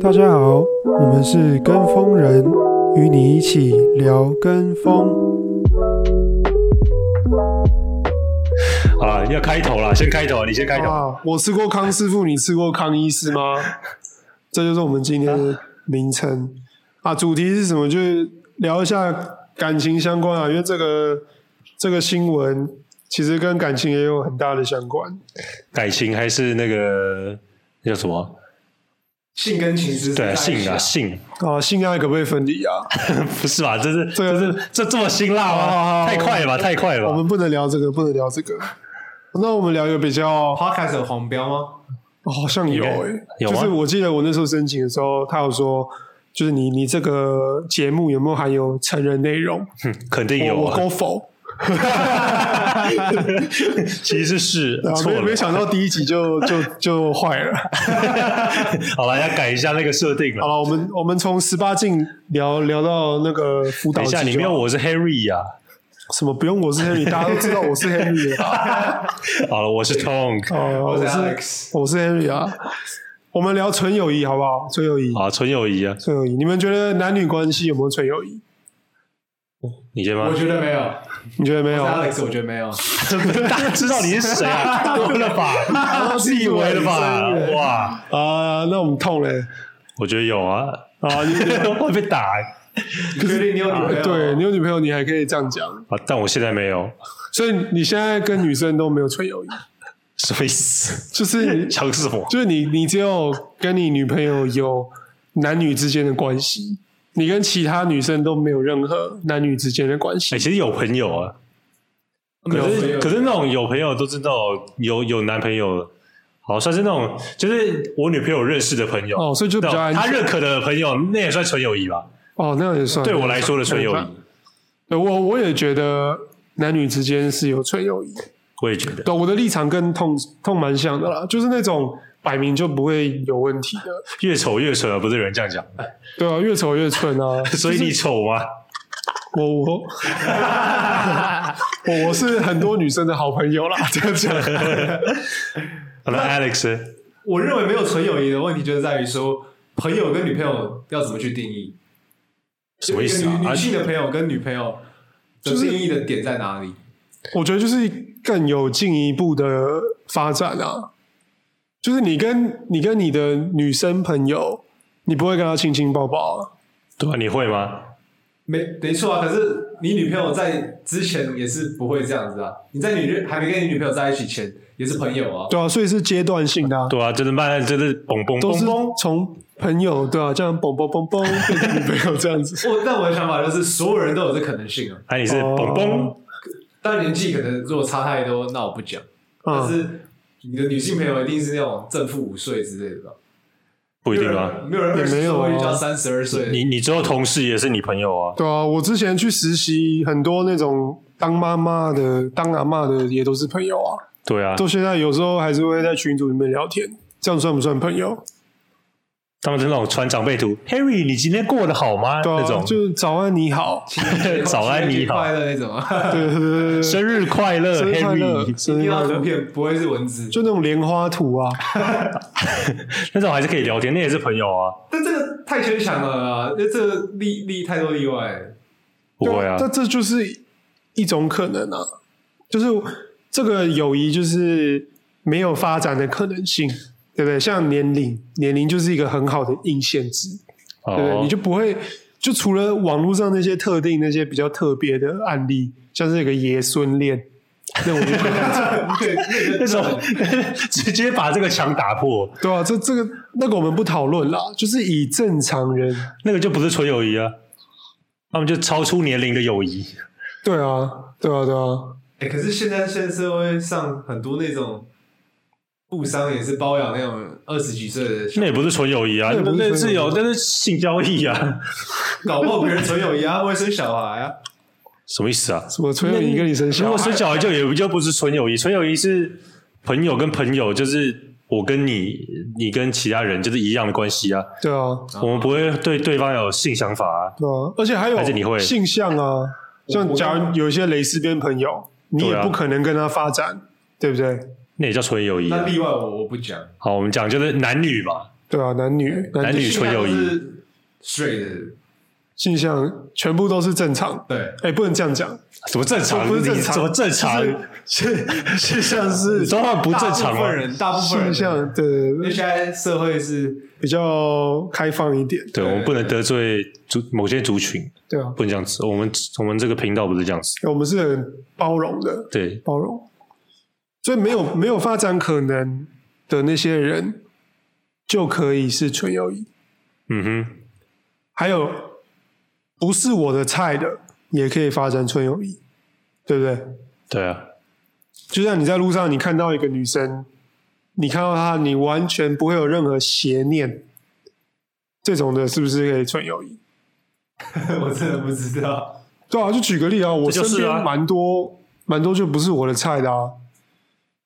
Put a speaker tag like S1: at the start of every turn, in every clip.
S1: 大家好，我们是跟风人，与你一起聊跟风。
S2: 啊，要开头了，先开头，你先开头。
S1: 啊，我吃过康师傅，你吃过康医师吗？这就是我们今天的呃名称啊。主题是什么？就是聊一下感情相关啊，因为这个这个新闻其实跟感情也有很大的相关。
S2: 感情还是那个那叫什么？
S3: 性跟情之
S2: 对啊，性啊，性，
S1: 啊，性爱可不可以分离 啊？
S2: 不是吧？这是
S1: 这个
S2: 这是这这么辛辣
S1: 好好好
S2: 吗？太快了吧，太快了
S1: 我
S2: 吧！
S1: 们不能聊这个，不能聊这个。那我们聊一个比较，
S3: Podcast 有黄标吗？
S1: 哦好像有啊
S2: 有
S1: 诶、
S2: 有吗
S1: 就是我记得我那时候申请的时候，他有说，就是你你这个节目有没有含有成人内容？
S2: 哼肯定有
S1: 我我
S2: 啊，
S1: 勾否，
S2: 其实是
S1: 对啊，
S2: 错
S1: 没有没
S2: 了。
S1: 想到第一集就就就坏了。
S2: 好了，要改一下那个设定
S1: 好
S2: 了。
S1: 了，我们我们从十八禁聊聊到那个辅导
S2: 等一
S1: 级就
S2: 下，
S1: 好，啊
S2: 你没有我是 Harry 啊呀、
S1: 什么不用我是 Henry，大家都知道我是 Henry 了。
S2: 好了，我是 Tong。
S1: 哦，我
S3: 我是
S1: 是
S3: Alex
S1: 我是 Henry 啊。我们聊纯友谊好不好？纯友谊，
S2: 啊，纯友谊啊，
S1: 纯友谊，你们觉得男女关系有没有纯友谊？
S2: 你先吗
S3: 我？觉得没有
S2: 哦
S1: 你觉得没有？
S3: ，Alex 我觉得没有。
S2: 大家知道你是谁啊？太多 了吧？自以为了吧？哇！
S1: 啊、那我们痛嘞
S2: 我觉得有啊，
S1: 啊！你
S2: 会被打欸、
S3: 你确定你有女朋友？
S1: 对你有女朋友，你还可以这样讲，
S2: 啊！但我现在没有，
S1: 所以你现在跟女生都没有纯友谊，
S2: 什么意思？
S1: 就是你
S2: 想什么？
S1: 就是你你只有跟你女朋友有男女之间的关系，你跟其他女生都没有任何男女之间的关系
S2: 哎、。其实有朋友啊，
S3: 没有
S2: 可
S3: 没
S2: 是
S3: 有
S2: 可是那种有朋友都知道有有男朋友，好算是那种就是我女朋友认识的朋友
S1: 哦，所以就比
S2: 那
S1: 较
S2: 种
S1: 安
S2: 她
S1: 全
S2: 认可的朋友，那也算纯友谊吧？
S1: 哦，那样也算
S2: 对我来说的纯友
S1: 那也
S2: 谊，
S1: 对我我也觉得男女之间是有纯友谊。
S2: 我也觉得。
S1: 对，我的立场跟痛痛蛮像的啦，就是那种摆明就不会有问题的。
S2: 越丑越蠢啊，不是有人这 样讲？
S1: 对啊，越丑越蠢 啊！
S2: 所以你丑吗？
S1: 我我 我我是很多女生的好朋友啦，这样讲。
S2: 那 Alex 呢
S3: 我认为没有纯友谊的问题就是在于说，朋友跟女朋友要怎么去定义？
S2: 什么意思啊
S3: 女？
S2: 啊
S3: 女性的朋友跟女朋友的定义的点在哪里？
S1: 我觉得就是更有进一步的发展啊，就是你跟你跟你的女生朋友，你不会跟她亲亲抱抱啊。
S2: 对啊，你会吗？
S3: 没没错啊，可是你女朋友在之前也是不会这样子啊。你在你还没跟你女朋友在一起前也是朋友啊，
S1: 对啊，所以是阶段性的、啊，
S2: 对啊，真的慢慢真的蹦蹦
S1: 都
S2: 蹦
S1: 是
S2: 蹦，
S1: 从朋友对啊，这样蹦蹦蹦 蹦变成女朋友这样子。
S3: 我但我的想法就是，所有人都有这可能性啊。
S2: 哎、你是
S1: 哦
S2: 蹦蹦，
S3: 但年纪可能如果差太多，那我不讲。但
S1: 嗯，
S3: 是你的女性朋友一定是那种正负五岁之类的吧？
S2: 不
S3: 不
S2: 一定啊。，
S3: 没有人
S1: 也
S3: 二十
S1: 没有啊
S3: 岁就叫三十二岁。
S2: 你你之后同事也是你朋友啊？
S1: 对啊，我之前去实习，很多那种当妈妈的、当阿嬷的也都是朋友啊，
S2: 对啊，
S1: 到现在有时候还是会在群组里面聊天，这样算不算朋友？
S2: 他们是那种传长辈图，Harry，你今天过得好吗？
S1: 对啊，
S2: 那种
S1: 就是早安你好，
S2: 早安你好
S3: 快乐那种啊，
S1: 对对对对对，
S2: 生日快 乐
S1: 生日快乐
S2: ，Harry，
S3: 一
S1: 生
S3: 定
S1: 日快
S3: 要
S1: 乐
S3: 图，片，不会是文字。
S1: 就那种莲花图啊，
S2: 那种还是可以聊天，那也是朋友啊，
S3: 但这个太牵强了啊，那这个例例太多例外了。
S2: 不会
S1: 对
S2: 啊，
S1: 但这就是一种可能啊，就是这个友谊就是没有发展的可能性，对不对？像年龄，年龄就是一个很好的硬限制，
S2: 哦
S1: 对不对？你就不会就除了网络上那些特定那些比较特别的案例，像是那个爷孙恋，那我就觉得
S3: 对，那
S2: 那
S3: 个
S2: 种直接把这个墙打破，
S1: 对啊，这这个那个我们不讨论啦，就是以正常人，
S2: 那个就不是纯友谊啊，他们就超出年龄的友谊，
S1: 对啊，对啊，对啊。
S3: 哎，可是现在现在社会上很多那种富商也是包养那种二十几岁的小，
S2: 那也不是纯友谊啊，
S1: 那也
S2: 那
S1: 不是纯友谊
S2: 那是有，那是性交易啊，
S3: 搞不好别人纯友谊啊，他们会生小孩啊。
S2: 什么意思啊？
S1: 什么崔永你跟你生
S2: 如
S1: 小
S2: 果
S1: 孩？
S2: 生小孩就也就不是纯友谊，纯友谊是朋友跟朋友，就是我跟你，你跟其他人就是一样的关系啊，
S1: 对啊，
S2: 我们不会对对方有性想法啊。
S1: 对啊，而且还有
S2: 还是你会
S1: 性向啊，像
S3: 我
S1: 假如有一些蕾丝边朋友，你也
S2: 对啊
S1: 不可能跟他发展，对不对？
S2: 那也叫纯友谊、
S3: 那
S2: 啊。
S3: 例外我我不讲，
S2: 好，我们讲就是男女嘛，
S1: 对啊，男女
S2: 男女纯友谊
S3: 是 straight 的，
S1: 性向全部都是正常。
S3: 对，
S1: 哎，不能这样讲，
S2: 怎么正常？
S1: 不是正
S2: 你
S1: 常
S2: 怎么正常？
S1: 是是像是
S2: 你说他们不正
S3: 大
S2: 常啊
S3: 部
S2: 吗
S3: 分？人，大部分
S1: 性
S3: 人，
S1: 向，对对
S3: 因
S1: 对
S3: 为现在社会是
S1: 比较开放一点，
S2: 对，我们不能得罪族某些族群，
S1: 对啊，
S2: 不能这样子。我们我们这个频道不是这样子。
S1: 我们是很包容的，
S2: 对，
S1: 包容，所以没有没有发展可能的那些人就可以是纯友谊，
S2: 嗯哼，
S1: 还有不是我的菜的也可以发展纯友谊，对不对？
S2: 对啊，
S1: 就像你在路上，你看到一个女生，你看到她，你完全不会有任何邪念，这种的是不是可以纯友谊？
S3: 我真的不知道，
S1: 对啊，就举个例啊，我
S2: 这
S1: 身
S2: 就是啊
S1: 边蛮多蛮多就不是我的菜的啊，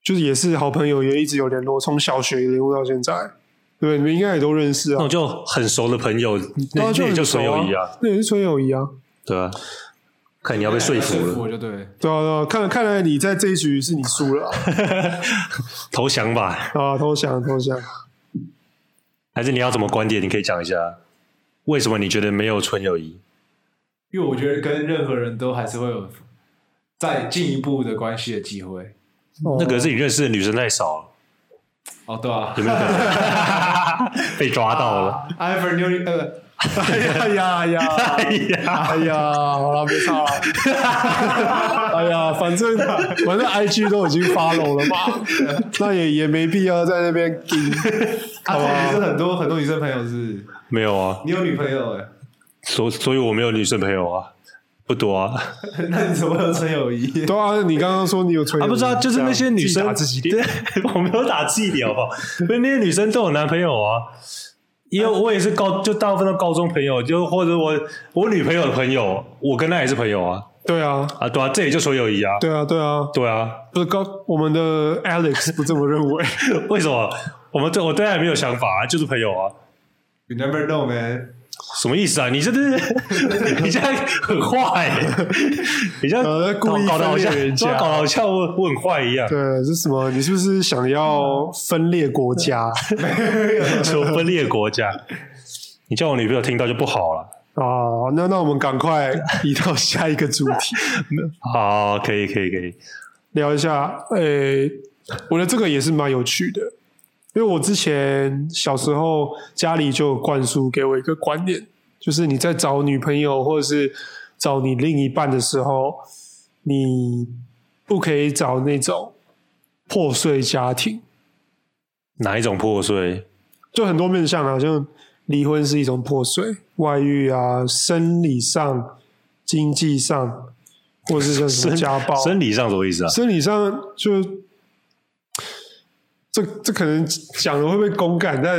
S1: 就是也是好朋友，也一直有联络，从小学联络到现在，对不对？你们应该也都认识
S2: 那
S1: 啊
S2: 种，就很熟的朋友，
S1: 对
S2: 那
S1: 啊
S2: 那也
S1: 很
S2: 就
S1: 熟
S2: 纯友谊啊，，
S1: 那也是纯友谊啊，
S2: 对啊。看你要被说服
S3: 说
S2: 了，
S3: 我就对，
S1: 对啊，对啊看看来你在这一局是你输了啊
S2: 投降吧？
S1: 啊，投降投降。
S2: 还是你要什么观点？你可以讲一下，为什么你觉得没有纯友谊？
S3: 因为我觉得跟任何人都还是会有再进一步的关系的机会。
S1: 哦
S2: 那个是你认识的女生太少了，
S3: 哦，对啊，
S2: 有没有可能被抓到
S1: 啊
S2: 了？
S3: I ever knew you- 呃，
S1: 哎呀呀呀！
S2: 哎呀，
S1: 哎呀，好了，别 唱了。哎呀，反正反正 IG 都已经发漏了嘛，那也也没必要在那边盯。
S3: 啊，女生很多很多女生朋友是，
S2: 没有啊，
S3: 你有女朋友 哎、
S2: 所所以我没有女生朋友啊，不多啊。
S3: 那你怎么有纯友谊？
S1: 对啊，你刚刚说你有吹，
S2: 啊，不知道，就是那些女
S1: 自己
S2: 生
S1: 打自己
S2: 对， 我没有打自己脸，好不好？所以那些女生都有男朋友啊，因为我也是高，就大部分都高中朋友，就或者我我女朋友的朋友，我跟她也是朋友啊，
S1: 对啊，
S2: 啊，对啊，这也就纯友谊啊，
S1: 对啊，对啊，
S2: 对啊，
S1: 不是高我们的 Alex 不这么认 为，
S2: 为什么我们对我对她也没有想法啊，就是朋友啊。
S3: You never know, man。
S2: 什么意思啊？你这 是你现在很坏、欸，你这样
S1: 呃故
S2: 搞
S1: 意
S2: 搞得好像啊
S1: 分裂人家
S2: 搞得好像我我很坏一样，
S1: 对，是什么？你是不是想要分裂国家
S2: 说分裂国家。你叫我女朋友听到就不好了。
S1: 啊？那那我们赶快移到下一个主题。
S2: 好，可以，可以，可以。
S1: 聊一下，诶、我觉得这个也是蛮有趣的，因为我之前小时候家里就有灌输给我一个观念，就是你在找女朋友或者是找你另一半的时候，你不可以找那种破碎家庭，
S2: 哪一种破碎？
S1: 就很多面向啊，像离婚是一种破碎，外遇啊，生理上、经济上，或者是像什么家暴、
S2: 生理上什么意思啊？
S1: 生理上就这这可能讲了会被公干，但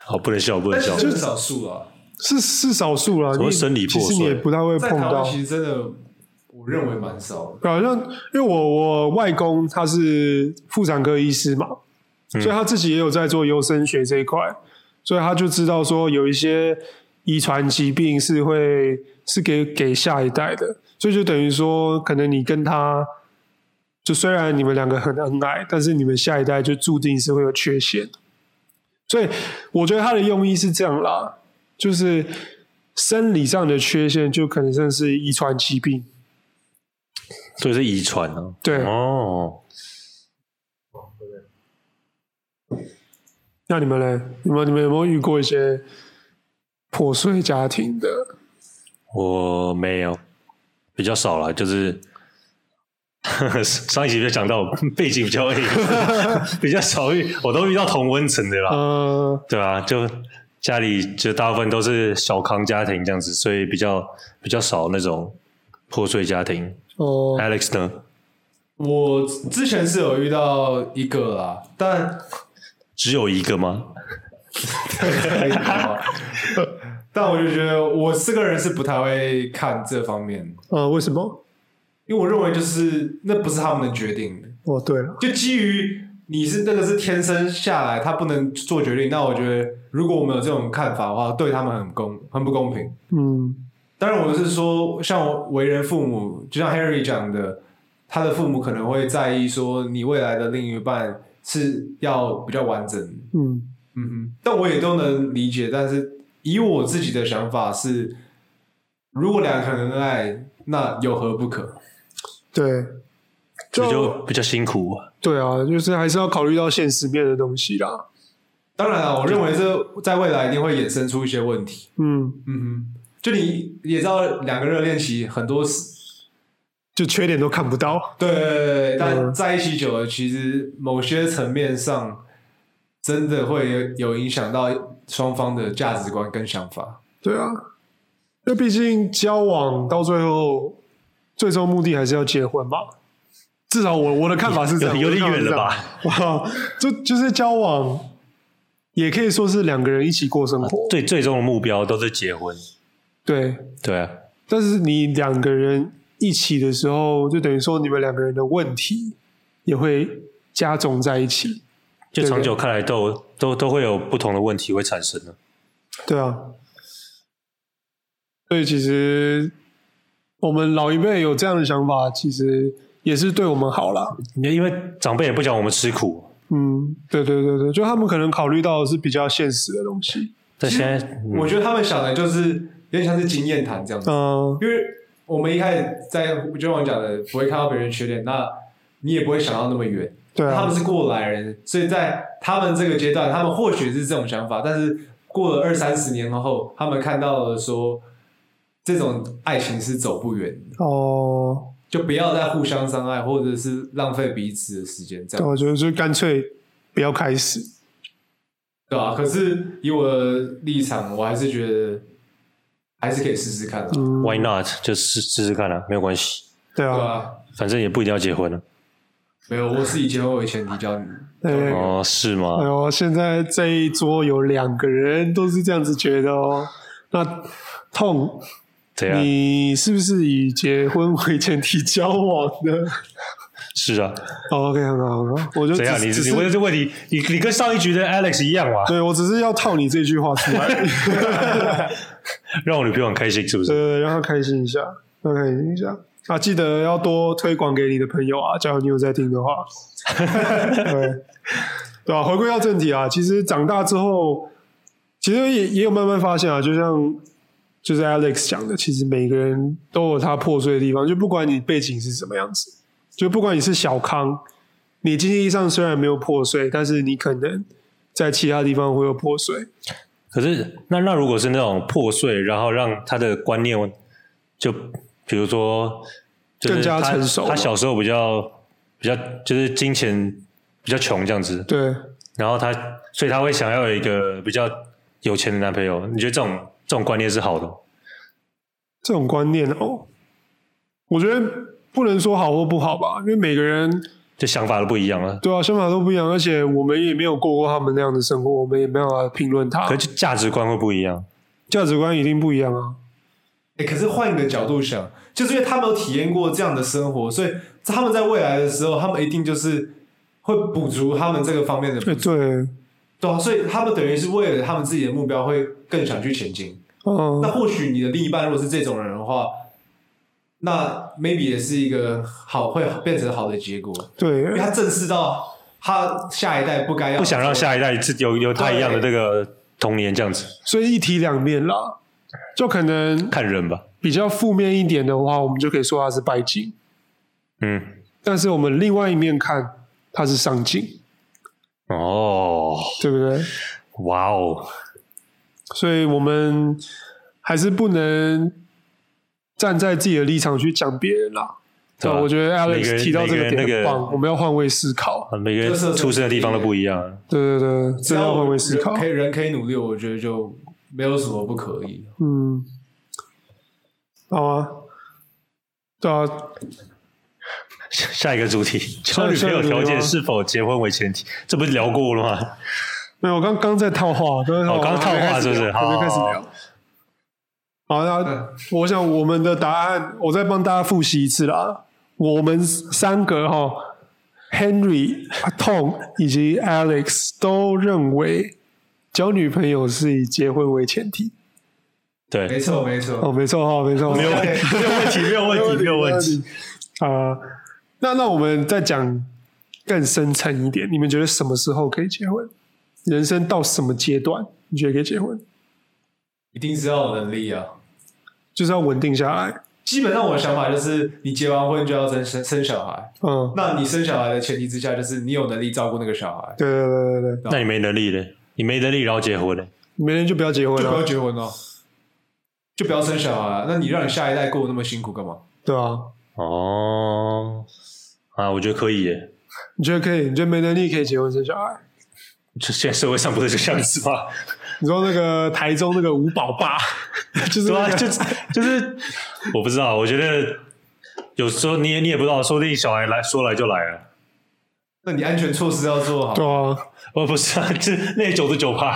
S2: 好，哦不能笑，不能
S3: 但
S2: 笑
S3: 是。就是少数啊，
S1: 是是少数啦。
S2: 什么
S1: 你
S2: 生理
S1: 其
S2: 破
S1: 实你
S2: 碎
S1: 也不太会
S3: 在
S1: 碰
S3: 台
S1: 到
S3: 湾。其实真的，我认为蛮少的。
S1: 好啊像因为我我外公他是妇产科医师嘛，所以他自己也有在做优生学这一块，所以他就知道说有一些遗传疾病是会是给给下一代的，所以就等于说，可能你跟他就虽然你们两个很恩爱，但是你们下一代就注定是会有缺陷。所以我觉得他的用意是这样啦，就是生理上的缺陷就可能像是遗传疾病，
S2: 所以是遗传啊。
S1: 对
S2: 哦，
S1: 那你们嘞？你们你们有没有遇过一些破碎家庭的？
S2: 我没有，比较少了。就是 上一集就讲到背景比较硬， 比较少遇，我都遇到同温层的啦。
S1: 呃，
S2: 对啊，就家里就大部分都是小康家庭这样子，所以比较比较少那种破碎家庭。
S1: 哦，
S2: Alex 呢，
S3: 我之前是有遇到一个啦，但
S2: 只有一个吗？
S3: 但我就觉得我这个人是不太会看这方面，
S1: 呃，为什么？
S3: 因为我认为就是那不是他们能决定的，
S1: 哦，对了，
S3: 就基于你是那个是天生下来，他不能做决定。那我觉得如果我们有这种看法的话，对他们很公很不公平。
S1: 嗯，
S3: 当然，我是说，像我为人父母，就像 Harry 讲的，他的父母可能会在意说你未来的另一半是要比较完整。
S1: 嗯，
S3: 嗯哼，但我也都能理解。但是以我自己的想法是，如果两个人恩爱，那有何不可？
S1: 对，
S2: 所以就比较辛苦。
S1: 对啊，就是还是要考虑到现实面的东西啦。
S3: 当然啊，我认为这在未来一定会衍生出一些问题。
S1: 嗯，
S3: 嗯哼，就你也知道，两个热恋期很多事，
S1: 就缺点都看不到。
S3: 对对对对对，但
S1: 嗯
S3: 在一起久了，其实某些层面上，真的会有有影响到双方的价值观跟想法。
S1: 对啊，那毕竟交往到最后，最终目的还是要结婚吧。至少我我的看法是这样，
S2: 有有点
S1: 我的看
S2: 远了
S1: 法
S2: 吧？
S1: 是这样？哇，就就是交往，也可以说是两个人一起过生活。
S2: 最最终的目标都是结婚，
S1: 对，
S2: 啊对啊，
S1: 但是你两个人一起的时候，就等于说你们两个人的问题也会加重在一起。
S2: 就长久看来都有都都会有不同的问题会产生的。
S1: 对啊，所以其实我们老一辈有这样的想法，其实也是对我们好啦。
S2: 因为长辈也不想我们吃苦，
S1: 嗯，对对对对，就他们可能考虑到的是比较现实的东西。
S2: 但现在嗯
S3: 我觉得他们想的就是有点像是经验谈这样子。
S1: 嗯，
S3: 因为我们一开始在就像我讲的，不会看到别人缺点，那你也不会想到那么远。
S1: 对
S3: 他
S1: 啊
S3: 们，是过来人，所以在他们这个阶段，他们或许是这种想法，但是过了二三十年后，他们看到了说，这种爱情是走不远的，
S1: 哦，
S3: 就不要再互相伤害，或者是浪费彼此的时间，这
S1: 对
S3: 样
S1: 我觉得就干脆不要开始。
S3: 对吧、可是以我的立场，我还是觉得还是可以试试看的、啊
S1: 嗯，
S2: Why not？就试试试看啊，没有关系，
S1: 对
S3: 对吧、
S1: 啊，
S2: 反正也不一定要结婚啊了。
S3: 没有，我是以结婚为前提教你。
S1: 对。啊
S2: 哦，是吗？
S1: 哎呦，现在这一桌有两个人都是这样子觉得哦。那痛，
S2: 怎样？
S1: 你是不是以结婚为前提交往 呢？
S2: 是啊，
S1: 哦 OK，很好，很好，我就
S2: 怎样？
S1: 只
S2: 啊你
S1: 只
S2: 你
S1: 是
S2: 问这问题，你你跟上一局的 Alex 一样嘛？
S1: 对我只是要套你这句话出 来，
S2: 让我女朋友很开心，是不是？
S1: 对，让他开心一下，让他开心一下啊！记得要多推广给你的朋友啊，假如你有在听的话， 对，对吧、回归到正题啊，其实长大之后，其实也也有慢慢发现啊，就像就是 Alex 讲的，其实每个人都有他破碎的地方，就不管你背景是什么样子，就不管你是小康，你经济上虽然没有破碎，但是你可能在其他地方会有破碎。
S2: 可是那那如果是那种破碎，然后让他的观念就比如说，就是
S1: 更加
S2: 他
S1: 成熟
S2: 他小时候比较比较就是金钱比较穷这样子，
S1: 对，
S2: 然后他所以他会想要有一个比较有钱的男朋友。你觉得这种这种观念是好的吗？
S1: 这种观念哦，我觉得不能说好或不好吧，因为每个人
S2: 就想法都不一样了，
S1: 对啊想法都不一样，而且我们也没有过过他们那样的生活，我们也没有办法评论他
S2: 可，是价值观会不一样。
S1: 价值观一定不一样啊。
S3: 欸，可是换一个角度想，就是因为他们有体验过这样的生活，所以他们在未来的时候，他们一定就是会补足他们这个方面的不
S1: 对
S3: 足，
S1: 对，
S3: 对啊，所以他们等于是为了他们自己的目标，会更想去前进。那
S1: 嗯，
S3: 或许你的另一半如果是这种人的话，那 maybe 也是一个好会变成好的结果，因为
S1: 对
S3: 他正视到他下一代不该要
S2: 不想让
S3: 做
S2: 下一代是有有他一样的这个童年这样子，
S1: 所以一体两面啦，就可能
S2: 看人吧。
S1: 比较负面一点的话，我们就可以说他是拜金，
S2: 嗯，
S1: 但是我们另外一面看，他是上进，
S2: 哦，
S1: 对不对？
S2: 哇哦，
S1: 所以我们还是不能站在自己的立场去讲别人啦。
S2: 对
S1: 对
S2: 吧
S1: 啊，我觉得
S2: 每个
S1: Alex
S2: 人
S1: 提到这个
S2: 每个人
S1: 点很
S2: 那个
S1: 棒，我们要换位思考。
S2: 啊每个人
S3: 就是
S2: 出生的地方都不一样。
S1: 对对对，
S3: 只
S1: 真的
S3: 要
S1: 要换
S3: 我
S1: 位思考
S3: 人。可以人可以努力，我觉得就没有什么不可以。
S1: 嗯，好啊，对啊，
S2: 下 下一个主题，
S1: 下
S2: 交女朋
S1: 下一个
S2: 友条
S1: 主题吗
S2: 件是否结婚为前提， 这不是聊过了吗？
S1: 没有，我刚刚在套话，刚刚
S2: 哦，刚刚套话是不是？
S1: 我
S2: 好，
S1: 们开始
S2: 好
S1: 聊。好，那我想我们的答案，我再帮大家复习一次啦。我们三个哈，Henry、Tom 以及 Alex 都认为交女朋友是以结婚为前提。哦
S2: 对，
S3: 没错，没错。
S1: 哦，没错哈，没错，
S2: 没有没有问题，没有问题，没有问题。
S1: 啊、那那我们再讲更深层一点，你们觉得什么时候可以结婚？人生到什么阶段你觉得可以结婚？
S3: 一定是要有能力啊。
S1: 就是要稳定下来。
S3: 基本上我的想法就是，你结完婚就要生生生小孩。
S1: 嗯，
S3: 那你生小孩的前提之下，就是你有能力照顾那个小孩，
S1: 对对对对对，
S2: 那你没能力嘞，你没能力然后结婚嘞，
S1: 没人就不要结婚
S3: 就不要
S2: 啊
S1: 了，
S3: 结婚哦，就不要生小孩啊。那你让你下一代过得那么辛苦干嘛？
S1: 对啊，
S2: 哦，啊，我觉得可以耶，
S1: 你觉得可以？你觉得没能力可以结婚生小孩？
S2: 这现在社会上不是这样子吗？
S1: 你说那个台中那个吴宝爸， 就是
S2: 对
S1: 那
S2: 啊，
S1: 个
S2: 就就是我不知道，我觉得有时候你也你也不知道，说不定小孩来说来就来了。
S3: 那你安全措施要做好。
S1: 对啊，
S2: 哦，不是啊，这那九十九趴，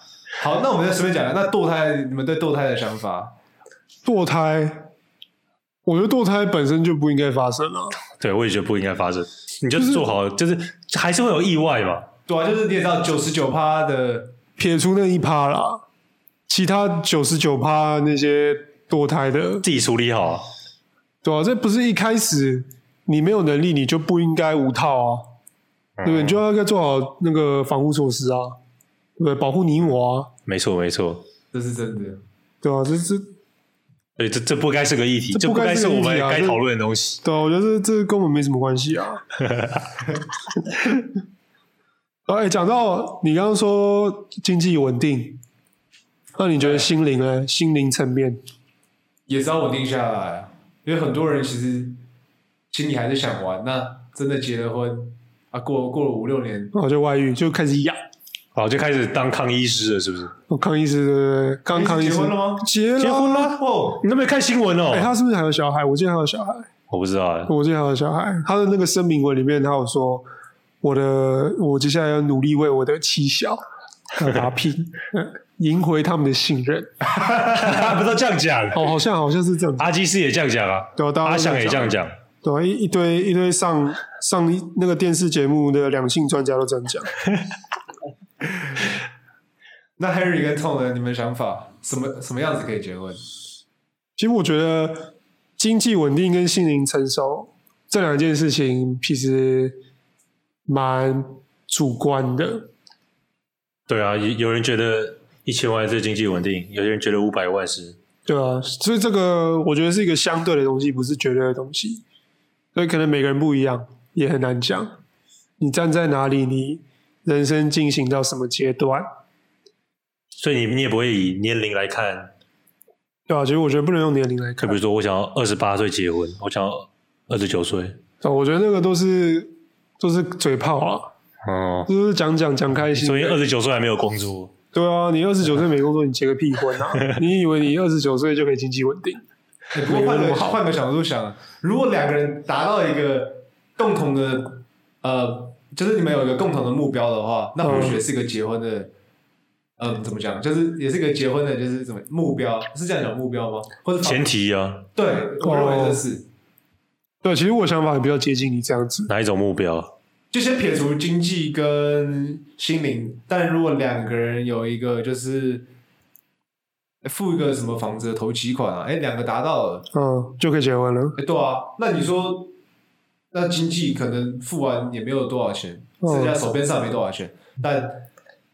S3: 好，那我们再随便讲，那堕胎，你们对堕胎的想法？
S1: 堕胎，我觉得堕胎本身就不应该发生啊。
S2: 对我也觉得不应该发生。你就是做好，就是还是会有意外嘛。
S3: 对啊，就是你也知道，九十九趴的，
S1: 撇除那一趴啦，其他九十九趴那些堕胎的，
S2: 自己处理好。
S1: 对啊，这不是一开始你没有能力，你就不应该无套啊，对
S3: 嗯
S1: 不对？你就要做好那个防护措施啊，对不对？保护你我啊，
S2: 没错，没错。
S3: 这是真的。
S1: 对啊，这这
S2: 对，哎这这不该是个议题，
S1: 这
S2: 这
S1: 不
S2: 不
S1: 该
S2: 该
S1: 是
S2: 是
S1: 个
S2: 我们
S1: 议题啊
S2: 该
S1: 这
S2: 讨论的东西。
S1: 对啊，我觉得这这跟我们没什么关系啊。 哎，讲到你刚刚说经济稳定，那你觉得心灵呢？心灵层面，
S3: 也是要稳定下来啊，因为很多人其实心里还是想玩，那真的结了婚啊，过过了五六年，
S1: 然后哦就外遇，就开始养。
S2: 好，就开始当抗医师了，是不是？
S1: 哦，康医师对对对，刚康医师
S3: 哎结婚了吗
S1: 结了啊
S2: 结婚了？
S3: 哦，
S2: 你都没看新闻
S1: 哎、
S2: 哦？
S1: 他是不是还有小孩？我记得还有小孩，
S2: 我不知道哎。
S1: 我记得还有小孩。他的那个声明文里面，他有说：“我的，我接下来要努力为我的妻小要打拼，嗯赢回他们的信任。
S2: 哎 不都这样讲”？
S1: 哦，好像好像是这样子，
S2: 阿基斯也这样讲啊，
S1: 对啊大家都
S2: 阿翔也这样讲。
S1: 对、啊，一一堆一堆上上那个电视节目的两性专家都这样讲。
S3: 那 Harry 跟 Tom 呢？你们想法什么什么样子可以结婚？
S1: 其实我觉得经济稳定跟心灵成熟这两件事情，其实蛮主观的。
S2: 对啊，有有人觉得一千万是经济稳定，有些人觉得五百万是。
S1: 对啊，所以这个我觉得是一个相对的东西，不是绝对的东西，所以可能每个人不一样，也很难讲。你站在哪里，你人生进行到什么阶段，
S2: 所以你你也不会以年龄来看，
S1: 对啊，其实我觉得不能用年龄来
S2: 就
S1: 看
S2: 比，如说我想要二十八岁结婚，我想要二十九岁，
S1: 啊我觉得那个都是都是嘴炮啊，
S2: 哦、
S1: 都是讲讲讲开心。
S2: 所以二十九岁还没有工作，
S1: 对啊，你二十九岁没工作，你结个屁婚 啊！你以为你二十九岁就可以经济稳定？
S3: 哎不过换
S1: 没有那
S3: 个
S1: 么好
S3: 换个角度想，啊如果两个人达到一个共同的呃，就是你们有一个共同的目标的话，那或许是一个结婚的。嗯，怎么讲？就是也是一个结婚的，就是怎么目标是这样讲目标吗？或者
S2: 前提啊，
S3: 对，
S1: 哦
S3: 我认为这是。
S1: 对，啊其实我想法也比较接近你这样子。
S2: 哪一种目标？
S3: 就先撇除经济跟心灵，但如果两个人有一个就是诶付一个什么房子的头期款啊，哎，两个达到了，
S1: 嗯，就可以结婚了。
S3: 哎，对啊，那你说，那经济可能付完也没有多少钱，
S1: 嗯
S3: 剩下手边上没多少钱，但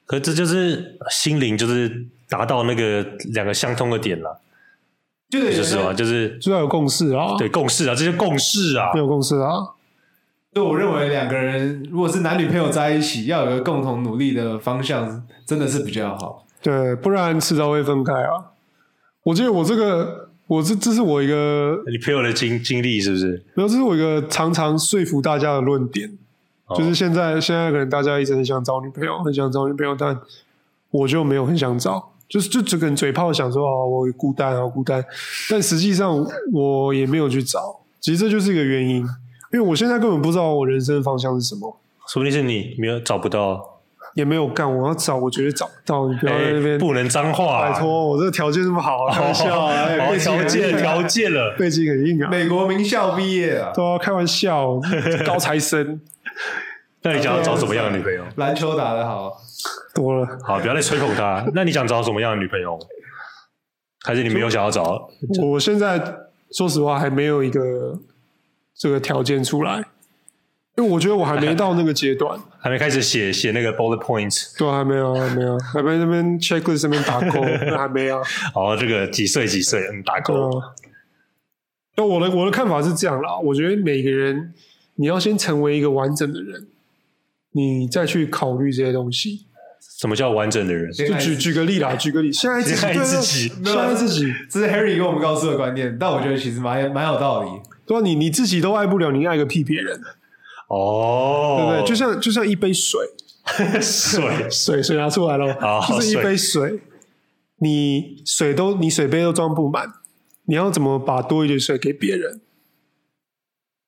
S2: 可这就是心灵，就是达到那个两个相通的点了，
S3: 就得
S2: 就是嘛，就是
S1: 就要有共识啊，
S2: 对，共识啊，这些共识啊
S1: 要，有共识啊。
S3: 对我认为两个人如果是男女朋友在一起，要有一个共同努力的方向，真的是比较好。
S1: 对，不然迟早会分开啊。我记得我这个，我这这是我一个，
S2: 你朋友的经经历是不是？
S1: 没有，这是我一个常常说服大家的论点，
S2: 哦
S1: 就是现在现在可能大家一直很想找女朋友，很想找女朋友，但我就没有很想找，就是就只跟嘴炮想说哦，我孤单，好孤单，但实际上我也没有去找，其实这就是一个原因，因为我现在根本不知道我人生的方向是什么，
S2: 说不定是你没有找不到，
S1: 也没有干，我要找我绝对找不到，你不要在那边
S2: 哎，不哦能脏话、
S1: 拜托，我这个条件这么好啊，开玩笑啊，哎
S2: 好
S1: 背景
S2: 条
S1: 很
S2: 件
S1: 硬啊
S2: 条件 了。
S1: 背景很硬啊，
S3: 美国名校毕业啊，
S1: 都要开玩 笑，高材生
S2: 那你想要找什么样的女朋
S1: 啊
S2: 友？
S3: 篮球打得好，
S1: 多了。
S2: 好，不要再吹捧他。那你想找什么样的女朋友？还是你没有想要找？
S1: 我现在说实话还没有一个这个条件出来，因为我觉得我还没到那个阶 段，
S2: 还没开始写写那个 bullet point。
S1: 对，啊还没有，还没有，还没那边 checklist 那边打 勾，那还没啊。
S2: 哦，这个几岁几岁，嗯，打
S1: 对
S2: 勾。
S1: 啊。那我的我的看法是这样啦，我觉得每个人你要先成为一个完整的人，你再去考虑这些东西。
S2: 什么叫完整的人？
S1: 就
S3: 先爱
S1: 举 举个例啦，举个例，现在自己，
S2: 先
S1: 对啊
S2: 爱自己
S1: 现在自己，
S3: 这是 Harry 跟我们告诉的观念，但我觉得其实蛮蛮有道理。
S1: 对啊吧、你你自己都爱不了，你爱个屁别人，
S2: 哦，
S1: 对不对？就像就像一杯水，
S2: 水，
S1: 水水拿出来了
S2: 好，
S1: 就是一
S2: 哦水
S1: 杯水，你水都你水杯都装不满，你要怎么把多一点水给别人？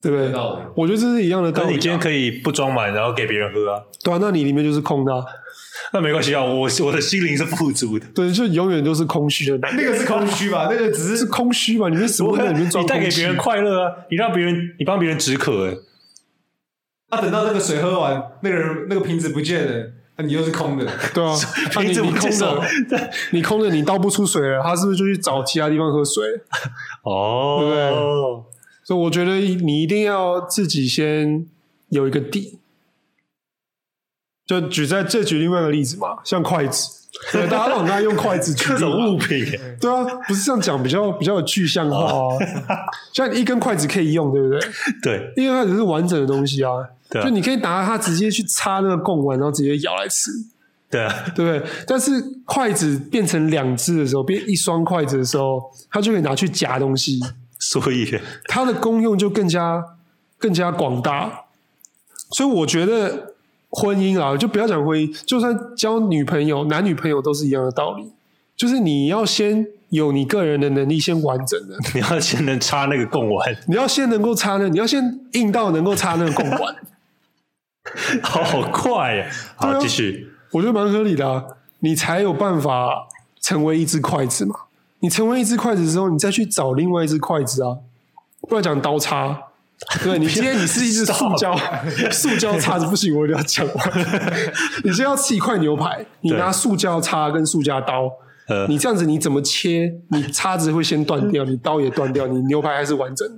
S1: 对不对
S3: 有道理？
S1: 我觉得这是一样的道
S2: 但
S1: 理啊。
S2: 你今天可以不装满，然后给别人喝啊，
S1: 对啊，那你里面就是空的啊、
S2: 那没关系啊，我我的心灵是富足的。
S1: 对，就永远都是空虚的男人，
S3: 那个是空 虚吧？那个只
S1: 是
S3: 是
S1: 空虚嘛？你面什么
S2: 我
S1: 都在里面装
S2: 你带给
S1: 空
S2: 别
S1: 虚
S2: 人？快乐啊，你让别人，你帮别人止渴、欸，
S3: 他等到那个水喝完，那个人那个瓶子不见了，那你又是空的。
S1: 对啊，啊
S2: 凭
S1: 你
S2: 什
S1: 你
S2: 么
S1: 空
S2: 接受
S1: 的，你空的，你倒不出水了，他是不是就去找其他地方喝水？
S2: 哦，
S1: 所以我觉得你一定要自己先有一个底。就举在这举另外一个例子嘛，像筷子，对，大家都很爱用筷子举
S2: 各
S1: 例嘛
S2: 种物品、欸
S1: 对啊，不是这样讲比较比较有具象
S2: 哦
S1: 化啊。像一根筷子可以用，对不对？
S2: 对
S1: 因为它只是完整的东西啊，
S2: 对啊
S1: 就你可以拿它直接去插那个贡丸，然后直接咬来吃，
S2: 对啊，
S1: 对不对？但是筷子变成两只的时候，变一双筷子的时候，它就可以拿去夹东西，
S2: 所以
S1: 它的功用就更加更加广大。所以我觉得婚姻啊，就不要讲婚姻，就算交女朋友、男女朋友都是一样的道理，就是你要先有你个人的能力，先完整的，
S2: 你要先能插那个贡丸，
S1: 你要先能够插那，你要先硬到能够插那个贡丸。
S2: 好好快呀、
S1: 对
S2: 好，
S1: 啊
S2: 继续，
S1: 我觉得蛮合理的、啊，你才有办法成为一只筷子嘛。你成为一只筷子之后，你再去找另外一只筷子啊，不然讲刀叉。对你今天你是一 只塑胶塑胶叉子，不行，我一定要讲完。 你今天要吃一块牛排，你
S2: 对
S1: 拿塑胶叉跟塑胶刀，
S2: 呃，
S1: 你这样子你怎么切？你叉子会先断掉，你刀也断掉，你牛排还是完 整的，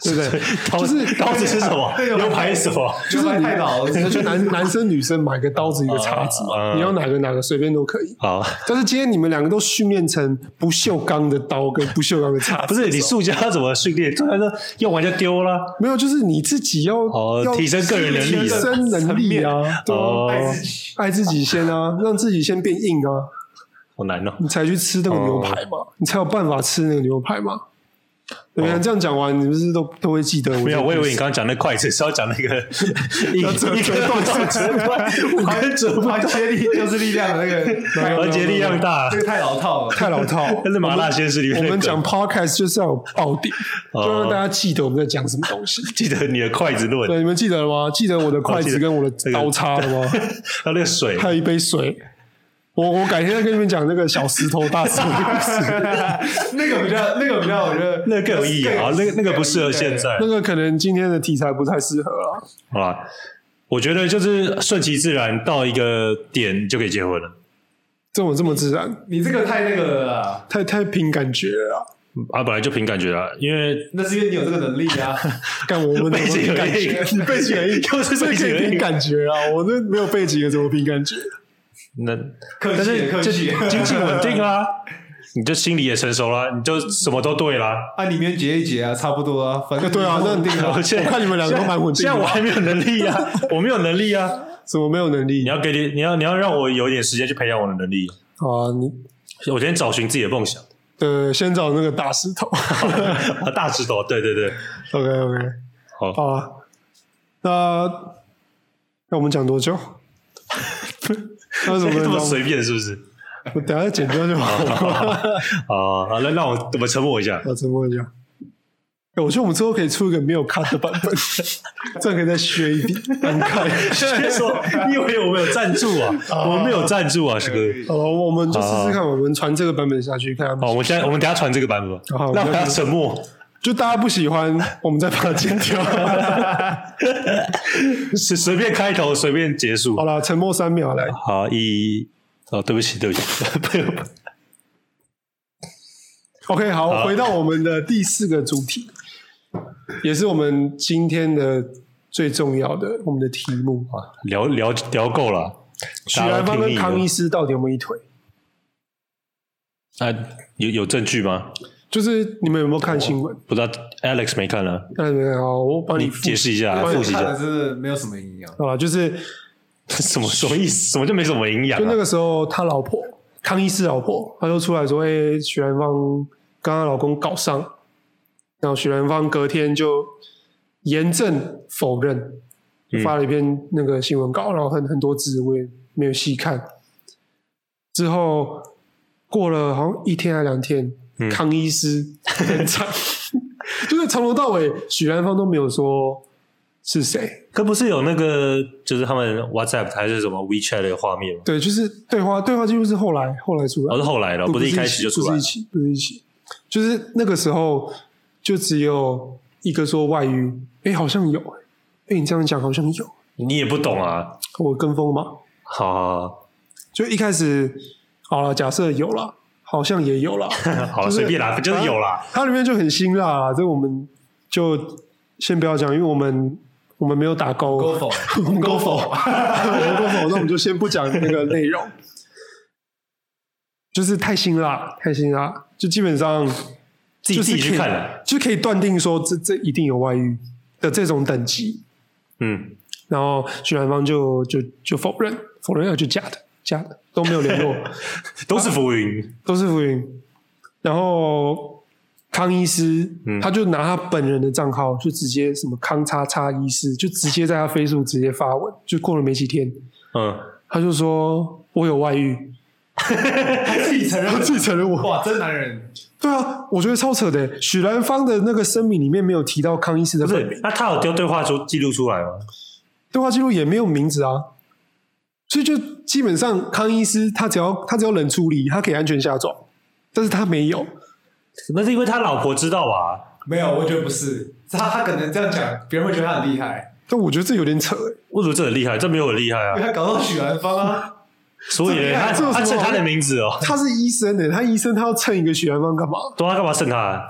S1: 对不对？
S2: 刀
S1: 就是
S2: 刀子是什么？牛排是什么？
S1: 就是你
S3: 太老了，
S1: 就男男生女生买个刀子一个叉子
S2: 啊啊
S1: 嘛，你要哪个哪个随便都可以。
S2: 好，
S1: 但是今天你们两个都训练成不锈钢的刀跟不锈钢的叉子，
S2: 不是你塑胶怎么训练？他说用完就丢了。
S1: 没有，就是你自己要
S2: 哦
S1: 要
S2: 提升个人能力
S1: 提升能力啊，对啊
S2: 哦，
S3: 爱自己。
S1: 爱自己先啊，让自己先变硬啊，
S2: 好难哦。
S1: 你才去吃那个
S2: 哦
S1: 牛排嘛，你才有办法吃那个牛排嘛。对不对？这样讲完，你们是不是都都会记得我这个故
S2: 哦没
S1: 事？
S2: 有，我以为你刚刚讲那筷子是要讲那个一
S1: 折
S2: 一
S1: 折
S2: 个
S1: 断
S2: 断折断，五根折断，
S3: 团结力就是力量的 那个，
S2: 而且力量大
S3: 这，个太老套了。
S1: 太老套了。
S2: 但是麻辣鲜师里面
S1: 我
S2: 那
S1: 们
S2: 个
S1: 讲 podcast 就是要有爆点，
S2: 哦
S1: 就让大家记得我们在讲什么东西。
S2: 记得你的筷子论，
S1: 对，你们记得了吗？记得我的筷
S2: 哦记
S1: 子
S2: 得
S1: 跟我
S2: 这
S1: 的
S2: 个
S1: 刀叉了吗？
S2: 还有那个水，
S1: 还有一杯水。我我改天再跟你们讲那个小石头大石头的故 事，
S3: 那个比较，那个比较，我觉得
S2: 那个更有意义啊，那个那个不适合现。在
S1: 那，个可能今天的题材不太适合啊了。
S2: 好吧？我觉得就是顺其自然，到一个点就可以结婚了。
S1: 这种这么自然，
S3: 你这个太那个了啊，
S1: 太太凭感觉了啊。
S2: 啊，本来就凭感觉啊，因为
S3: 那是因为你有这个能力 啊。
S1: 干我们怎么
S2: 背景
S1: 凭感觉？
S2: 有
S1: 背景有硬，
S2: 就是
S1: 这
S2: 背景
S1: 可
S2: 有
S1: 以
S2: 硬
S1: 凭感觉啊！我这没有背景的怎么凭感觉？
S2: 那
S3: 客
S2: 但
S3: 气
S2: 是
S3: 客
S2: 这
S3: 气，
S2: 经济稳定 啦，你就心里也成熟啦，你就什么都对啦。
S3: 啊，里面解一解啊，差不多啊，反正
S1: 对 啊，那
S3: 稳定啊
S1: 我
S2: 我现在
S1: 看你们两个都蛮稳定
S2: 现在
S1: 的
S2: 我
S1: 嘛，
S2: 还没有能力 呀、啊，我没有能力呀、啊。
S1: 怎么没有能力
S2: 你要给你，你要你要让我有点时间去培养我的能力。
S1: 啊？你
S2: 我先找寻自己的梦想，
S1: 对，先找那个大石头。
S2: 啊，大石头，对对对，
S1: OK OK，
S2: 好
S1: 好啊。那那我们讲多久？那怎么
S2: 这么
S1: 弄？
S2: 随便是不是？
S1: 我等一下剪掉就好 了。
S2: 啊，好那让我我们沉默一下，
S1: 我沉默一下。哎我觉得我们之后可以出一个没有 cut 的版本，这样可以再削一笔单看。
S2: 先说，你以为我们有赞助啊？我们没有赞助啊，师哥。
S1: 好，我们就试试看，我们传这个版本下去，看看
S2: 好，我们现在我们等一下传这个版本吧
S1: 好，
S2: 那我们要沉默。
S1: 就大家不喜欢，我们再把它剪掉。
S2: 是随便开头，随便结束
S1: 好。了，沉默三秒，来，
S2: 好，一，哦，对不起， 对不起，不用
S1: OK，好，
S2: 好
S1: 回到我们的第四个主题，也是我们今天的最重要的我们的题目：啊
S2: 聊聊聊够了。
S1: 许兰芳跟康医
S2: 医
S1: 师到底有没有一腿？
S2: 啊，有有证据吗？
S1: 就是你们有没有看新闻？
S2: 不知道 Alex 没看呢，
S1: 那没有，好我帮
S2: 你
S1: 你复
S2: 解释一下，
S1: 我也
S2: 复习一
S3: 看的
S2: 下，
S3: 真的没有什么营养。
S1: 好了，就是
S2: 什么什么意思？什么就没什么营养
S1: 就那
S2: 啊？
S1: 个时候，他老婆康医师老婆，她就出来说：“哎、许兰芳跟她老公搞上。”然后许兰芳隔天就严正否认，就发了一篇那个新闻稿，然后很很多字我也没有细看。之后过了好像一天还两天，
S2: 嗯
S1: 康医师登场， 就是从头到尾许兰芳都没有说是谁，
S2: 可不是有那个，就是他们 WhatsApp 还是什么 WeChat 的画面吗？
S1: 对，就是对话，对话记录是后来后来出来
S2: 哦，
S1: 的
S2: 是。后来了，
S1: 不
S2: 不是一
S1: 起
S2: 开始就出
S1: 不
S2: 来
S1: 是一。起，不是一起，就是那个时候就只有一个说外遇，哎、好像有、哎，诶你这样讲好像有，
S2: 你也不懂啊，
S1: 我跟风嘛，
S2: 好好
S1: 就一开始好了，假设有了，好像也有 了，
S2: 好，好
S1: 就是啊
S2: 了，随便啦，就是有啦。
S1: 它里面就很辛辣、啊，这我们就先不要讲，因为我们我们没有打勾，
S3: Go for，
S1: 我们 go for，我 们 go for，那我们就先不讲那个内容，就是太辛辣，太辛辣，就基本上
S2: 自己
S1: 就
S2: 自
S1: 是
S2: 己
S1: 可
S2: 去
S1: 以
S2: 看了。
S1: 就可以断定说这这一定有外遇的这种等级。
S2: 嗯，
S1: 然后许兰芳就就就否认，否认要就假的，假的都没有联 络，
S2: 都是浮云。
S1: 都是浮云。然后康医师，
S2: 嗯
S1: 他就拿他本人的账号，就直接什么康叉叉医师，就直接在他 Facebook 直接发文，就过了没几天，
S2: 嗯，
S1: 他就说我有外 遇，
S3: 自己承认
S1: 他自己承认我
S3: 哇，真男人！
S1: 对啊，我觉得超扯的。许兰芳的那个声明里面没有提到康医师的
S2: 不
S1: 本
S2: 是
S1: 名，，
S2: 那他有丢对话出记录出来吗？
S1: 对话记录也没有名字啊，所以就基本上康医师他只要他只要冷处理，他可以安全下装，但是他没有，
S2: 那是因为他老婆知道啊吧？
S3: 没有，我觉得不是，是他他可能这样讲，别人会觉得他很厉害，
S1: 但我觉得这有点扯、欸。
S2: 为什么这很厉害？这没有很厉害
S3: 因为
S2: 啊！
S3: 他搞到许兰芳啊，
S2: 所以
S3: 这
S2: 呢
S3: 厉
S2: 他
S3: 害
S1: 这有什
S2: 他
S1: 么
S2: 蹭
S1: 好
S2: 他的名字哦，
S1: 他是医生的、欸他医生他要蹭一个许兰芳干嘛？
S2: 对啊，他干嘛蹭他啊？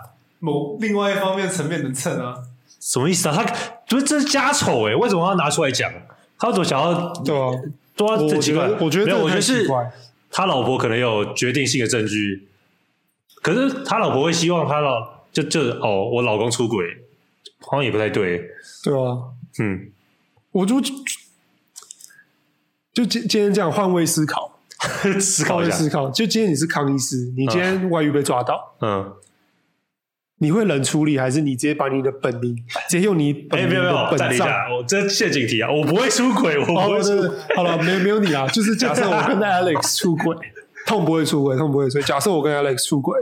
S3: 某另外一方面层面能蹭啊，
S2: 什么意思啊？他不是这是家丑哎、为什么要拿出来讲？他怎么想要
S1: 对啊，
S2: 对啊？
S1: 我
S2: 这
S1: 我
S2: 奇
S1: 觉
S2: 怪
S1: 得，我觉得
S2: 没有，
S1: 这
S2: 我
S1: 个太
S2: 觉得
S1: 奇
S2: 是
S1: 怪。
S2: 他老婆可能有决定性的证据，可是他老婆会希望他老就就哦，我老公出轨，好像也不太对，
S1: 对啊，
S2: 嗯，
S1: 我就就今今天这样换位思考，
S2: 思
S1: 换
S2: 考一
S1: 位
S2: 下，
S1: 思考。哦就今天你是康医师，你今天外遇被抓到，
S2: 嗯，
S1: 你会冷处理，还是你直接把你的本名直接用你
S2: 哎、
S1: 本
S2: 没
S1: 名
S2: 有没
S1: 的
S2: 有，暂
S1: 本
S2: 停一
S1: 账
S2: 下，我这陷阱题啊，我不会出轨，我不
S1: 哦，对
S2: 会出
S1: 对
S2: 轨，，
S1: 好了，没没有你 啦，就是假设我跟 Alex 出轨，痛不会出轨，痛不会出轨。假设我跟 Alex 出轨，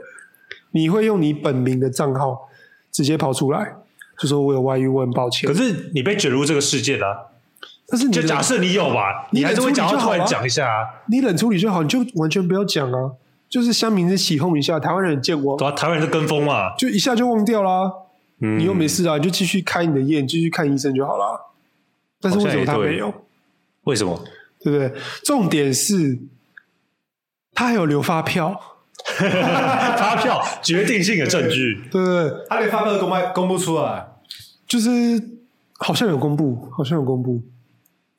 S1: 你会用你本名的账号直接跑出来，就说我有外遇，我很抱歉
S2: 可。是你被卷入这个事件啊，
S1: 但是你
S2: 就
S1: 冷
S2: 假设你有吧，
S1: 你
S2: 你还是会
S1: 冷处理
S2: 讲
S1: 就
S2: 要
S1: 好
S2: 突然
S1: 啊
S2: 讲一下啊，
S1: 你冷处理就好，你就完全不要讲啊，就是乡民是起哄一下，台湾人很健忘，
S2: 对啊，台湾人是跟风嘛，
S1: 就一下就忘掉啦。
S2: 嗯，
S1: 你又没事啊，你就继续开你的夜，你继续看医生就好啦。但是为什么他
S2: 好像也对
S1: 没有？
S2: 为什么？
S1: 哦 对不对？重点是他还有留发票，
S2: 发票决定性的证据，
S1: 对不对？
S3: 他连发票都公开公布出来，
S1: 就是好像有公布，好像有公布。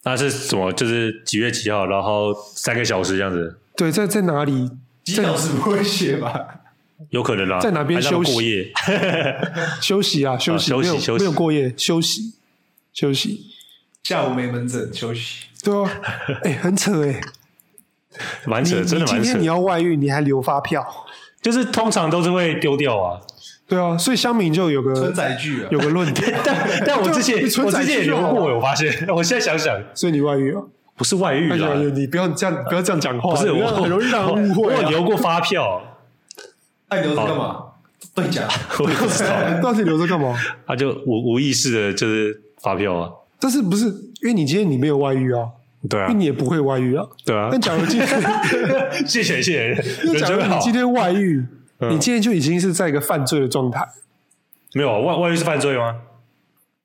S2: 那是什么？就是几月几号，然后三个小时这样子，
S1: 对，在在哪里？
S3: 几小时不会写吧？
S2: 有可能啊，
S1: 在哪边
S2: 还是他们
S1: 休息
S2: 过夜？
S1: 休息啊，休息，
S2: 休息
S1: 没有
S2: 休息
S1: 没有过夜，休息，休息。
S3: 下午没门诊休息，
S1: 对 啊，哎、很扯哎、
S2: 蛮
S1: 你
S2: 扯，
S1: 你
S2: 真的
S1: 今
S2: 蛮扯
S1: 天你。要外遇，你还留发票？
S2: 就是通常都是会丢掉啊，
S1: 对啊，所以乡民就有
S3: 村
S1: 个
S3: 仔剧啊，
S1: 有个论 点，
S2: 但但我之前
S1: 你存
S2: 我
S1: 载
S2: 之前也
S1: 具就
S2: 留
S1: 好
S2: 过，
S1: 了
S2: 我发现，我现在想想，
S1: 所以你外遇哦、
S2: 不是外遇
S1: 那就
S2: 啦
S1: 外，遇，你不要这样，不要这样讲话，
S2: 不是
S1: 哎你
S2: 我
S1: 这样很容易让人误会、
S2: 我
S1: 啊
S2: 有。留过发票，
S3: 那你留着干
S2: 哦
S3: 嘛？对 讲，
S2: 我也不知道，
S1: 到底留着干嘛？
S2: 他就无无意识的，就是发票啊，
S1: 但是不是因为你今天你没有外遇啊？
S2: 对
S1: 因
S2: 啊
S1: 为，你也不会外遇啊。
S2: 对啊
S1: 但，假如今天
S2: 谢谢谢谢，
S1: 因为
S2: 人
S1: 假
S2: 真
S1: 如
S2: 好
S1: 你。今天外遇，
S2: 嗯
S1: 你今天就已经是在一个犯罪的状态，
S2: 没有啊外外遇是犯罪吗？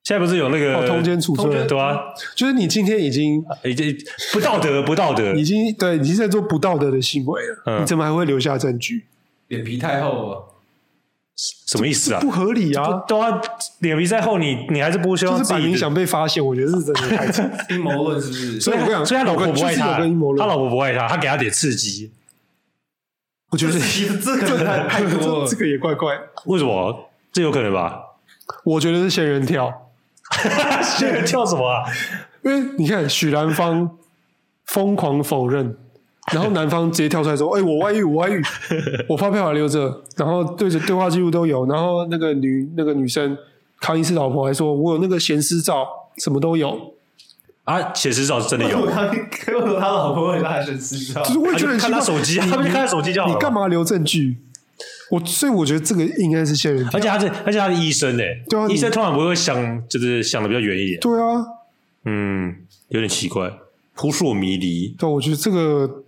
S2: 现在不是有那个、
S1: 哦，通奸处
S3: 通
S1: 罪
S3: 奸，
S2: 对啊，
S1: 就是你今天已经
S2: 已经不道德，不道德
S1: 已。经对你已经在做不道德的行为了，
S2: 嗯
S1: 你怎么还会留下证据？
S3: 啊脸皮太厚了，
S2: 什么意思啊
S1: 不？合理
S2: 不
S1: 啊！
S2: 都要脸皮再厚，你你还是不希
S1: 就
S2: 望
S1: 是
S2: 自
S1: 摆
S2: 己
S1: 明
S2: 的
S1: 想被发现，我觉得是真的太扯。
S3: 阴谋论是 不是？
S1: 所以我跟你讲，
S2: 所以他啊老婆
S1: 有个
S2: 不爱
S1: 就是
S2: 他，
S1: 有个阴谋
S2: 他
S1: 论，
S2: 老婆不爱他，他给他点刺激，
S1: 我觉得
S3: 这其实这可能太太多 了
S1: 这这。个也怪怪。
S2: 为什么？这有可能 吧？
S1: 我觉得是仙人跳，
S2: 这个跳什么啊？
S1: 因为你看许兰芳疯狂否认，然后男方直接跳出来说：“ 哎、我外遇，我外 遇，我发票还留着。”然后对着对话记录都有，然后那个女那个女生康医师老婆还说：“我有那个闲私照，什么都有。
S2: 啊，写实照是真的
S3: 为什
S2: 有
S3: 么，他为什么他老婆会拉神知”道
S1: 就是？我也觉得很奇
S2: 看
S1: 怪
S2: 他手机啊，他不就看他手机就好
S1: 你
S2: 了
S1: 干？嘛留证据？我所以我觉得这个应该是仙人跳。
S2: 而且他是，而且他是医生哎、
S1: 对啊你
S2: 医生通常不会想，就是想的比较远一点。
S1: 对啊，
S2: 嗯，有点奇怪，扑朔迷离。
S1: 对，啊我觉得这个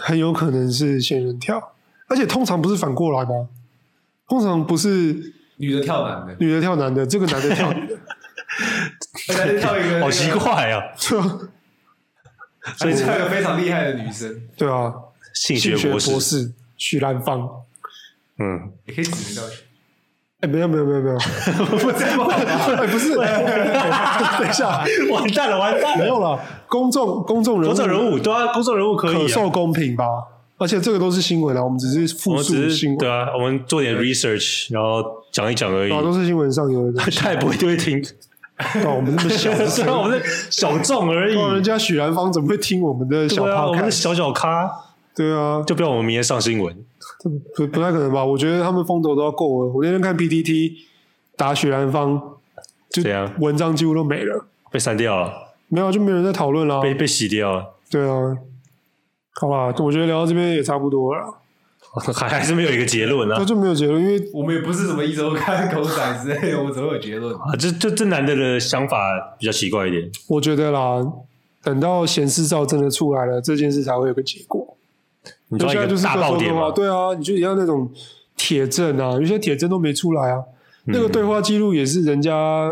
S1: 很有可能是仙人跳，而且通常不是反过来吗？通常不是
S3: 女的跳男的，
S1: 女的跳男的，这个男的跳女的，
S3: 男的跳一个那个，
S2: 好奇怪啊！
S1: 对啊，
S3: 所以跳一个非常厉害的女生，
S1: 对啊，
S2: 性
S1: 性
S2: 学
S1: 学
S2: 博
S1: 博士许兰芳，
S2: 嗯，
S3: 也可以指名道姓。
S1: 哎，没有没有没 有没有，
S3: 不这样吧
S1: 哎，不是， 等一下，
S2: 完蛋了，完蛋
S1: 没
S2: 了！
S1: 有了，公众公众人
S2: 公
S1: 物
S2: 众人物对啊，公众人物可
S1: 可
S2: 以啊，
S1: 受公平吧？而且这个都是新闻啊，我们只是
S2: 我
S1: 复
S2: 们
S1: 述
S2: 只是
S1: 新
S2: 对
S1: 闻，
S2: 啊，我们做点 research，然后讲一讲而已
S1: 啊，。都是新闻上有 的，
S2: 他也不一定会听，
S1: 对啊，我们这么小的
S2: 虽
S1: 声
S2: 然
S1: 音，
S2: 我们是小众而已
S1: 不。然 人家许兰芳怎么会听我们的小
S2: 对啊，我们
S1: podcast？
S2: 是小小咖，
S1: 对啊，
S2: 就不要我们明天上新闻。
S1: 这不不太可能吧？我觉得他们风头都要够了。我那天看 PTT 打许兰芳，就
S2: 怎样
S1: 文章几乎都没了，
S2: 被删掉了，
S1: 没有就没有人在讨论啊啦。
S2: 被被洗掉了，
S1: 对啊，好吧，我觉得聊到这边也差不多了啦，
S2: 还 还是没有一个结论
S1: 那
S2: 啊！
S1: 就没有结论，因为
S3: 我们也不是什么一周刊狗仔之类的，我们怎么会有结论？
S2: 啊，这这这男的的想法比较奇怪一点，
S1: 我觉得啦，等到显示照真的出来了，这件事才会有个结果。
S2: 你抓一
S1: 现在就
S2: 个
S1: 是
S2: 大
S1: 各
S2: 爆
S1: 种
S2: 点
S1: 的话，
S2: 嘛，
S1: 对啊，你就要那种铁证啊，有些铁证都没出来啊。那
S2: 嗯
S1: 个对话记录也是人家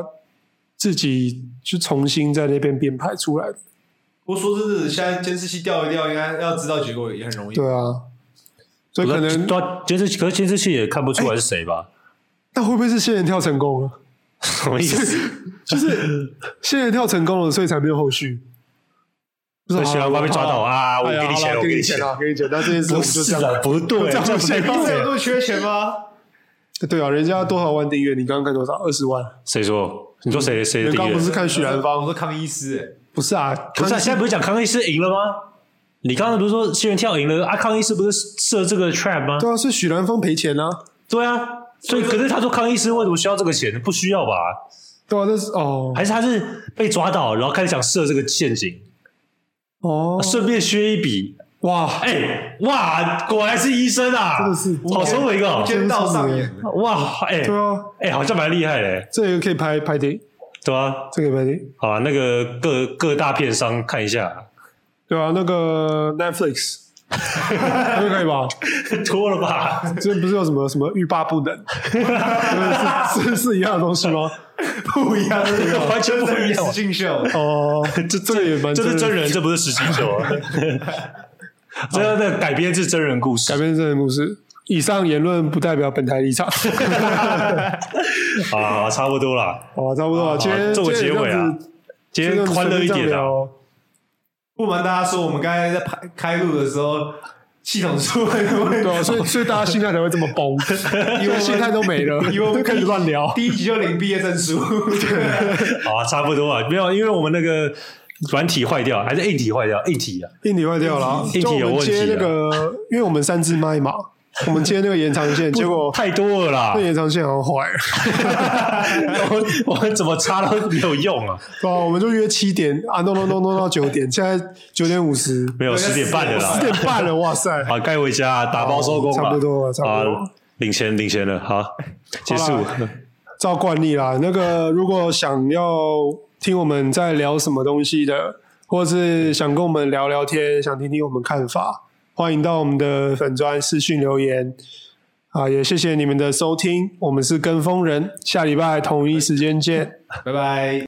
S1: 自己去重新在那边编排出来的，
S3: 不过说真的，现在监视器调一调，应该要知道结果也很容易。
S1: 对啊。所以
S2: 不
S1: 可
S2: 是
S1: 能哎
S2: 对啊监视器，可是监视器也看不出来是谁吧？
S1: 那会不会是仙人跳成功了？
S2: 什么意思？
S1: 就是仙人跳成功了，所以才没有后续。 不
S2: 所以许兰芳被抓到
S1: 啊！
S2: 啊！我
S1: 哎呀
S2: 给你
S1: 好
S2: 钱，
S1: 啦
S2: 我
S1: 给
S2: 给
S1: 你
S2: 你
S1: 钱
S2: 钱。
S1: 啊，给你钱。那这件事我
S2: 不啊
S1: 们就是这样，
S2: 的，不对，
S1: 这样
S2: 不
S1: 不行
S2: 对
S3: 这有那么缺钱吗？
S1: 对啊，人家多少万订阅？你刚刚看多少？二十万。
S2: 谁说？你说谁谁的
S1: 人
S2: 订
S1: 刚
S2: 阅
S1: 不？是看许兰芳，
S3: 芳，我说康医师、欸，
S1: 不是啊，
S2: 不是啊，现在不是讲康医师赢了吗？你刚刚不是说新人跳赢了啊？康医师不是设这个 trap 吗？
S1: 对啊，是许兰芳赔钱啊。
S2: 对啊，所以可是他说康医师为什么需要这个钱？不需要吧？
S1: 对啊，那是哦
S2: 还是他是被抓到，然后开始想设这个陷阱，
S1: 哦，
S2: 顺便削一笔？
S1: 哇，
S2: 哎哇，果然是医生啊！
S1: 真的是
S2: 好聪明
S1: 啊
S2: 哦！
S3: 天道上演，
S2: 哇，哎
S1: 对啊，
S2: 哎，好像蛮厉害的，
S1: 这个可以拍拍电影，
S2: 对啊，
S1: 这个可以拍电影，
S2: 好啊，那个各各大片商看一下，
S1: 对啊，那个 Netflix 这个可以吧？
S2: 多了 吧？
S1: 这不是有什么什么欲罢不能， 是是是一样的东西吗？
S3: 不一样，
S2: 完全不一
S3: 真
S2: 样
S3: 实境秀。
S1: 哦，这这个也蛮
S2: 这是真
S1: 人
S2: 人，这不是实境秀 啊。这要那个改编自真人故
S1: 改
S2: 事，
S1: 编真人故事。以上言论不代表本台立场。
S2: 好啊，差不多啦。
S1: 好，哦差不多了，今天
S2: 做个结尾啊，
S1: 今
S2: 今
S1: 天这样子
S2: 天欢乐一点啊。，
S3: 不瞒大家说，我们刚才在拍开录的时候，系统出了
S1: 这样子随便这样聊
S3: 问题
S1: 对啊， 所以所以大家心态才会这么崩，因为心态都没 了，
S3: 因为我们
S1: 就开始乱聊。
S3: 第一集就领毕业证书，
S2: 好啊，差不多啊，没有，因为我们那个软体坏掉，还是硬体坏掉，硬体啊，
S1: 硬体坏掉了啊，
S2: 硬体
S1: 就我
S2: 有
S1: 们
S2: 问题啊
S1: 接那个，因为我们三支麦 嘛，我们接那个延长线，结果
S2: 太多了啦
S1: 那。延长线好像坏了，
S2: 我们 我们怎么插都没有用啊，
S1: 对吧？我们就约七点啊，no no no no 到九点，现在九点五十，
S2: 没有
S3: 对
S2: 十点半了
S1: 十
S2: 啦。
S1: 点半了，哇塞，
S2: 好，该回家啊打包收工了，
S1: 差不多了差不多
S2: 啊，领钱领钱了，好，结
S1: 好
S2: 束。
S1: 啦照惯例啦，那个如果想要听我们在聊什么东西的，或是想跟我们聊聊天，想听听我们看法，欢迎到我们的粉砖私讯留言。啊，也谢谢你们的收听，我们是跟风人，下礼拜同一时间见。
S3: 拜拜。